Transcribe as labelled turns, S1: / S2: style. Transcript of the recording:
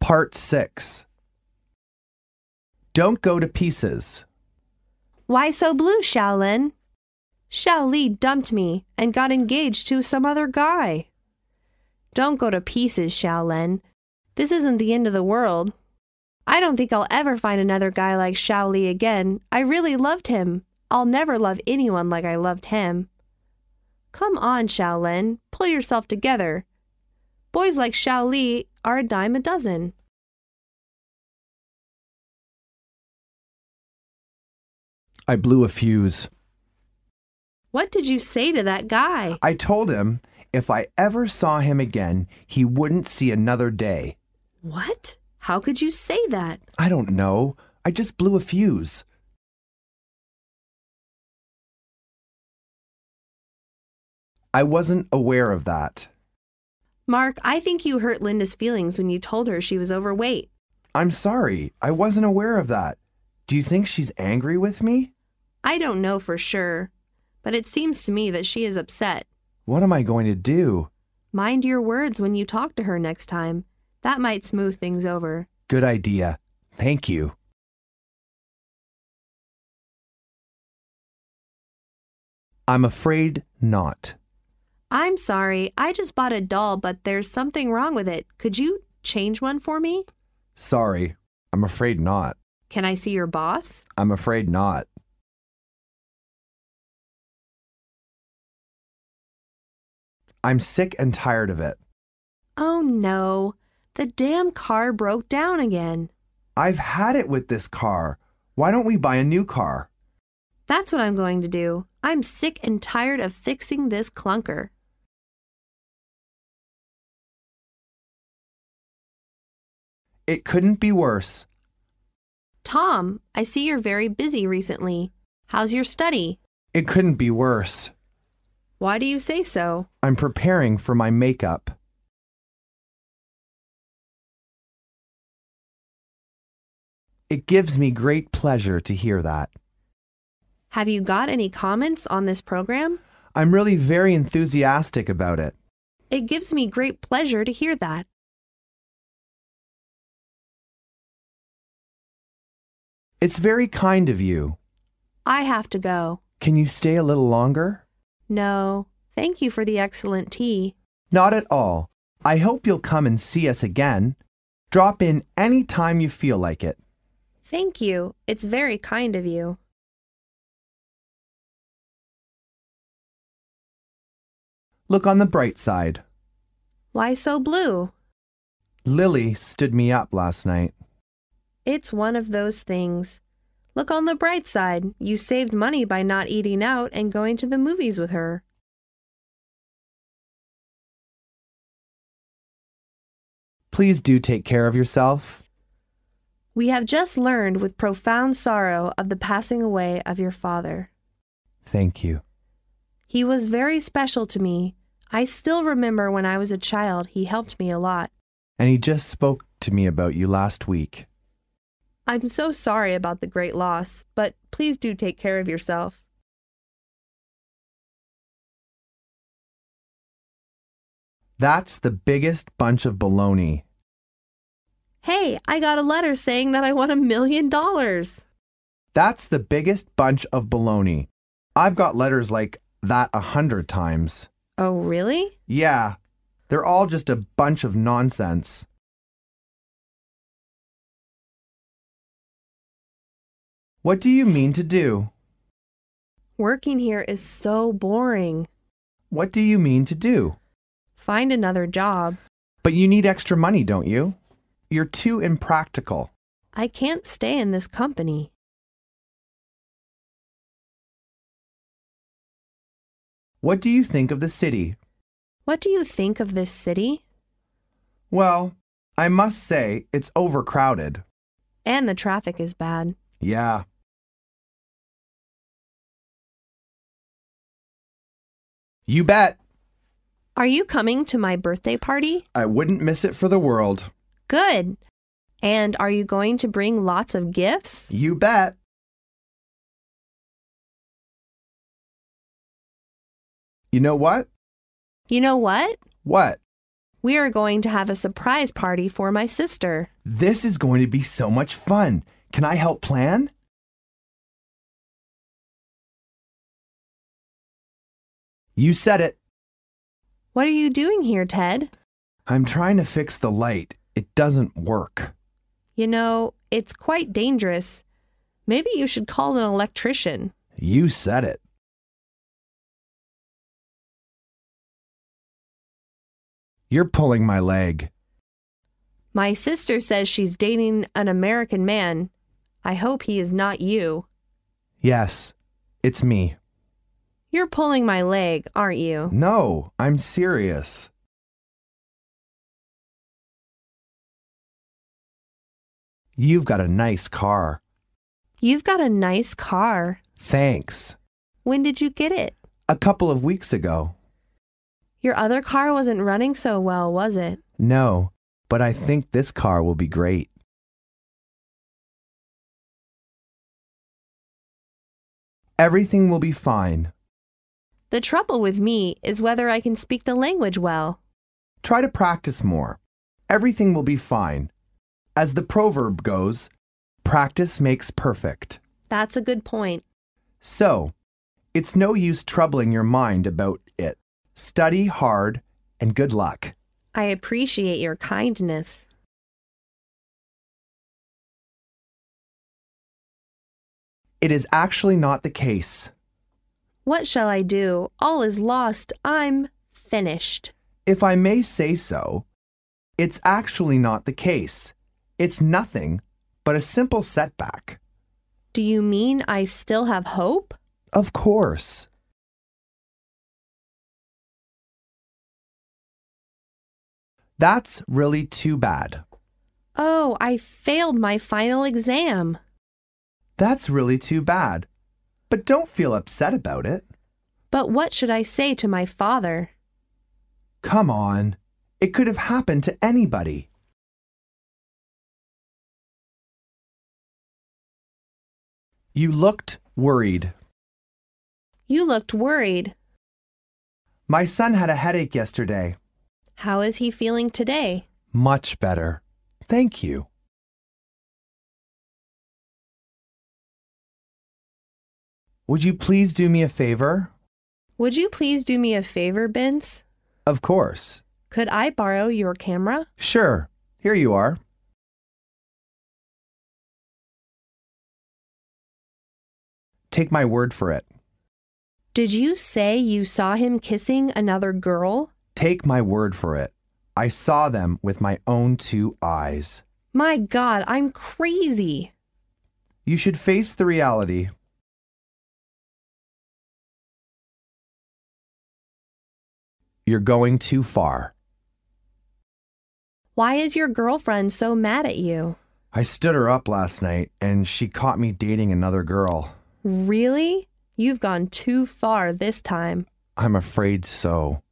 S1: Part 6 Don't Go to Pieces.
S2: Why so blue, Shaolin? Shaoli dumped me and got engaged to some other guy. Don't go to pieces, Shaolin. This isn't the end of the world. I don't think I'll ever find another guy like Shaoli again. I really loved him. I'll never love anyone like I loved him. Come on, Shaolin. Pull yourself together. Boys like Shaoli are a dime a dozen.
S1: I blew a fuse.
S2: What did you say to that guy?
S1: I told him if I ever saw him again, he wouldn't see another day.
S2: What? How could you say that?
S1: I don't know. I just blew a fuse. I wasn't aware of that.
S2: Mark, I think you hurt Linda's feelings when you told her she was overweight.
S1: I'm sorry. I wasn't aware of that. Do you think she's angry with me?
S2: I don't know for sure, but it seems to me that she is upset.
S1: What am I going to do?
S2: Mind your words when you talk to her next time. That might smooth things over.
S1: Good idea. Thank you. I'm afraid not.
S2: I'm sorry, I just bought a doll, but there's something wrong with it. Could you change one for me?
S1: Sorry. I'm afraid not.
S2: Can I see your boss?
S1: I'm afraid not. I'm sick and tired of it.
S2: Oh no, the damn car broke down again.
S1: I've had it with this car. Why don't we buy a new car?
S2: That's what I'm going to do. I'm sick and tired of fixing this clunker.
S1: It couldn't be worse.
S2: Tom, I see you're very busy recently. How's your study?
S1: It couldn't be worse.
S2: Why do you say so?
S1: I'm preparing for my makeup. It gives me great pleasure to hear that.
S2: Have you got any comments on this program?
S1: I'm really very enthusiastic about it.
S2: It gives me great pleasure to hear that.
S1: It's very kind of you.
S2: I have to go.
S1: Can you stay a little longer?
S2: No, thank you for the excellent tea.
S1: Not at all. I hope you'll come and see us again. Drop in any time you feel like it.
S2: Thank you. It's very kind of you.
S1: Look on the bright side.
S2: Why so blue?
S1: Lily stood me up last night.
S2: It's one of those things. Look on the bright side. You saved money by not eating out and going to the movies with her.
S1: Please do take care of yourself.
S2: We have just learned with profound sorrow of the passing away of your father.
S1: Thank you.
S2: He was very special to me. I still remember when I was a child, he helped me a lot.
S1: And he just spoke to me about you last week.
S2: I'm so sorry about the great loss, but please do take care of yourself.
S1: That's the biggest bunch of baloney.
S2: Hey, I got a letter saying that I won a million dollars.
S1: That's the biggest bunch of baloney. I've got letters like that a hundred times.
S2: Oh, really?
S1: Yeah, they're all just a bunch of nonsense. What do you mean to do?
S2: Working here is so boring.
S1: What do you mean to do?
S2: Find another job.
S1: But you need extra money, don't you? You're too impractical.
S2: I can't stay in this company.
S1: What do you think of the city?
S2: What do you think of this city?
S1: Well, I must say it's overcrowded.
S2: And the traffic is bad.
S1: Yeah. You bet.
S2: Are you coming to my birthday party?
S1: I wouldn't miss it for the world.
S2: Good. And are you going to bring lots of gifts?
S1: You bet. You know what?
S2: You know what?
S1: What?
S2: We are going to have a surprise party for my sister.
S1: This is going to be so much fun. Can I help plan? You said it.
S2: What are you doing here, Ted?
S1: I'm trying to fix the light. It doesn't work.
S2: You know, it's quite dangerous. Maybe you should call an electrician.
S1: You said it. You're pulling my leg.
S2: My sister says she's dating an American man. I hope he is not you.
S1: Yes, it's me.
S2: You're pulling my leg, aren't you?
S1: No, I'm serious. You've got a nice car.
S2: You've got a nice car.
S1: Thanks.
S2: When did you get it?
S1: A couple of weeks ago.
S2: Your other car wasn't running so well, was it?
S1: No, but I think this car will be great. Everything will be fine.
S2: The trouble with me is whether I can speak the language well.
S1: Try to practice more. Everything will be fine. As the proverb goes, practice makes perfect.
S2: That's a good point.
S1: So, it's no use troubling your mind about it. Study hard and good luck.
S2: I appreciate your kindness.
S1: It is actually not the case.
S2: What shall I do? All is lost. I'm finished.
S1: If I may say so, it's actually not the case. It's nothing but a simple setback.
S2: Do you mean I still have hope?
S1: Of course. That's really too bad.
S2: Oh, I failed my final exam.
S1: That's really too bad. But don't feel upset about it.
S2: But what should I say to my father?
S1: Come on. It could have happened to anybody. You looked worried.
S2: You looked worried.
S1: My son had a headache yesterday.
S2: How is he feeling today?
S1: Much better. Thank you. Would you please do me a favor?
S2: Would you please do me a favor, Bince?
S1: Of course.
S2: Could I borrow your camera?
S1: Sure. Here you are. Take my word for it.
S2: Did you say you saw him kissing another girl?
S1: Take my word for it. I saw them with my own two eyes.
S2: My God, I'm crazy.
S1: You should face the reality. You're going too far.
S2: Why is your girlfriend so mad at you?
S1: I stood her up last night and she caught me dating another girl.
S2: Really? You've gone too far this time.
S1: I'm afraid so.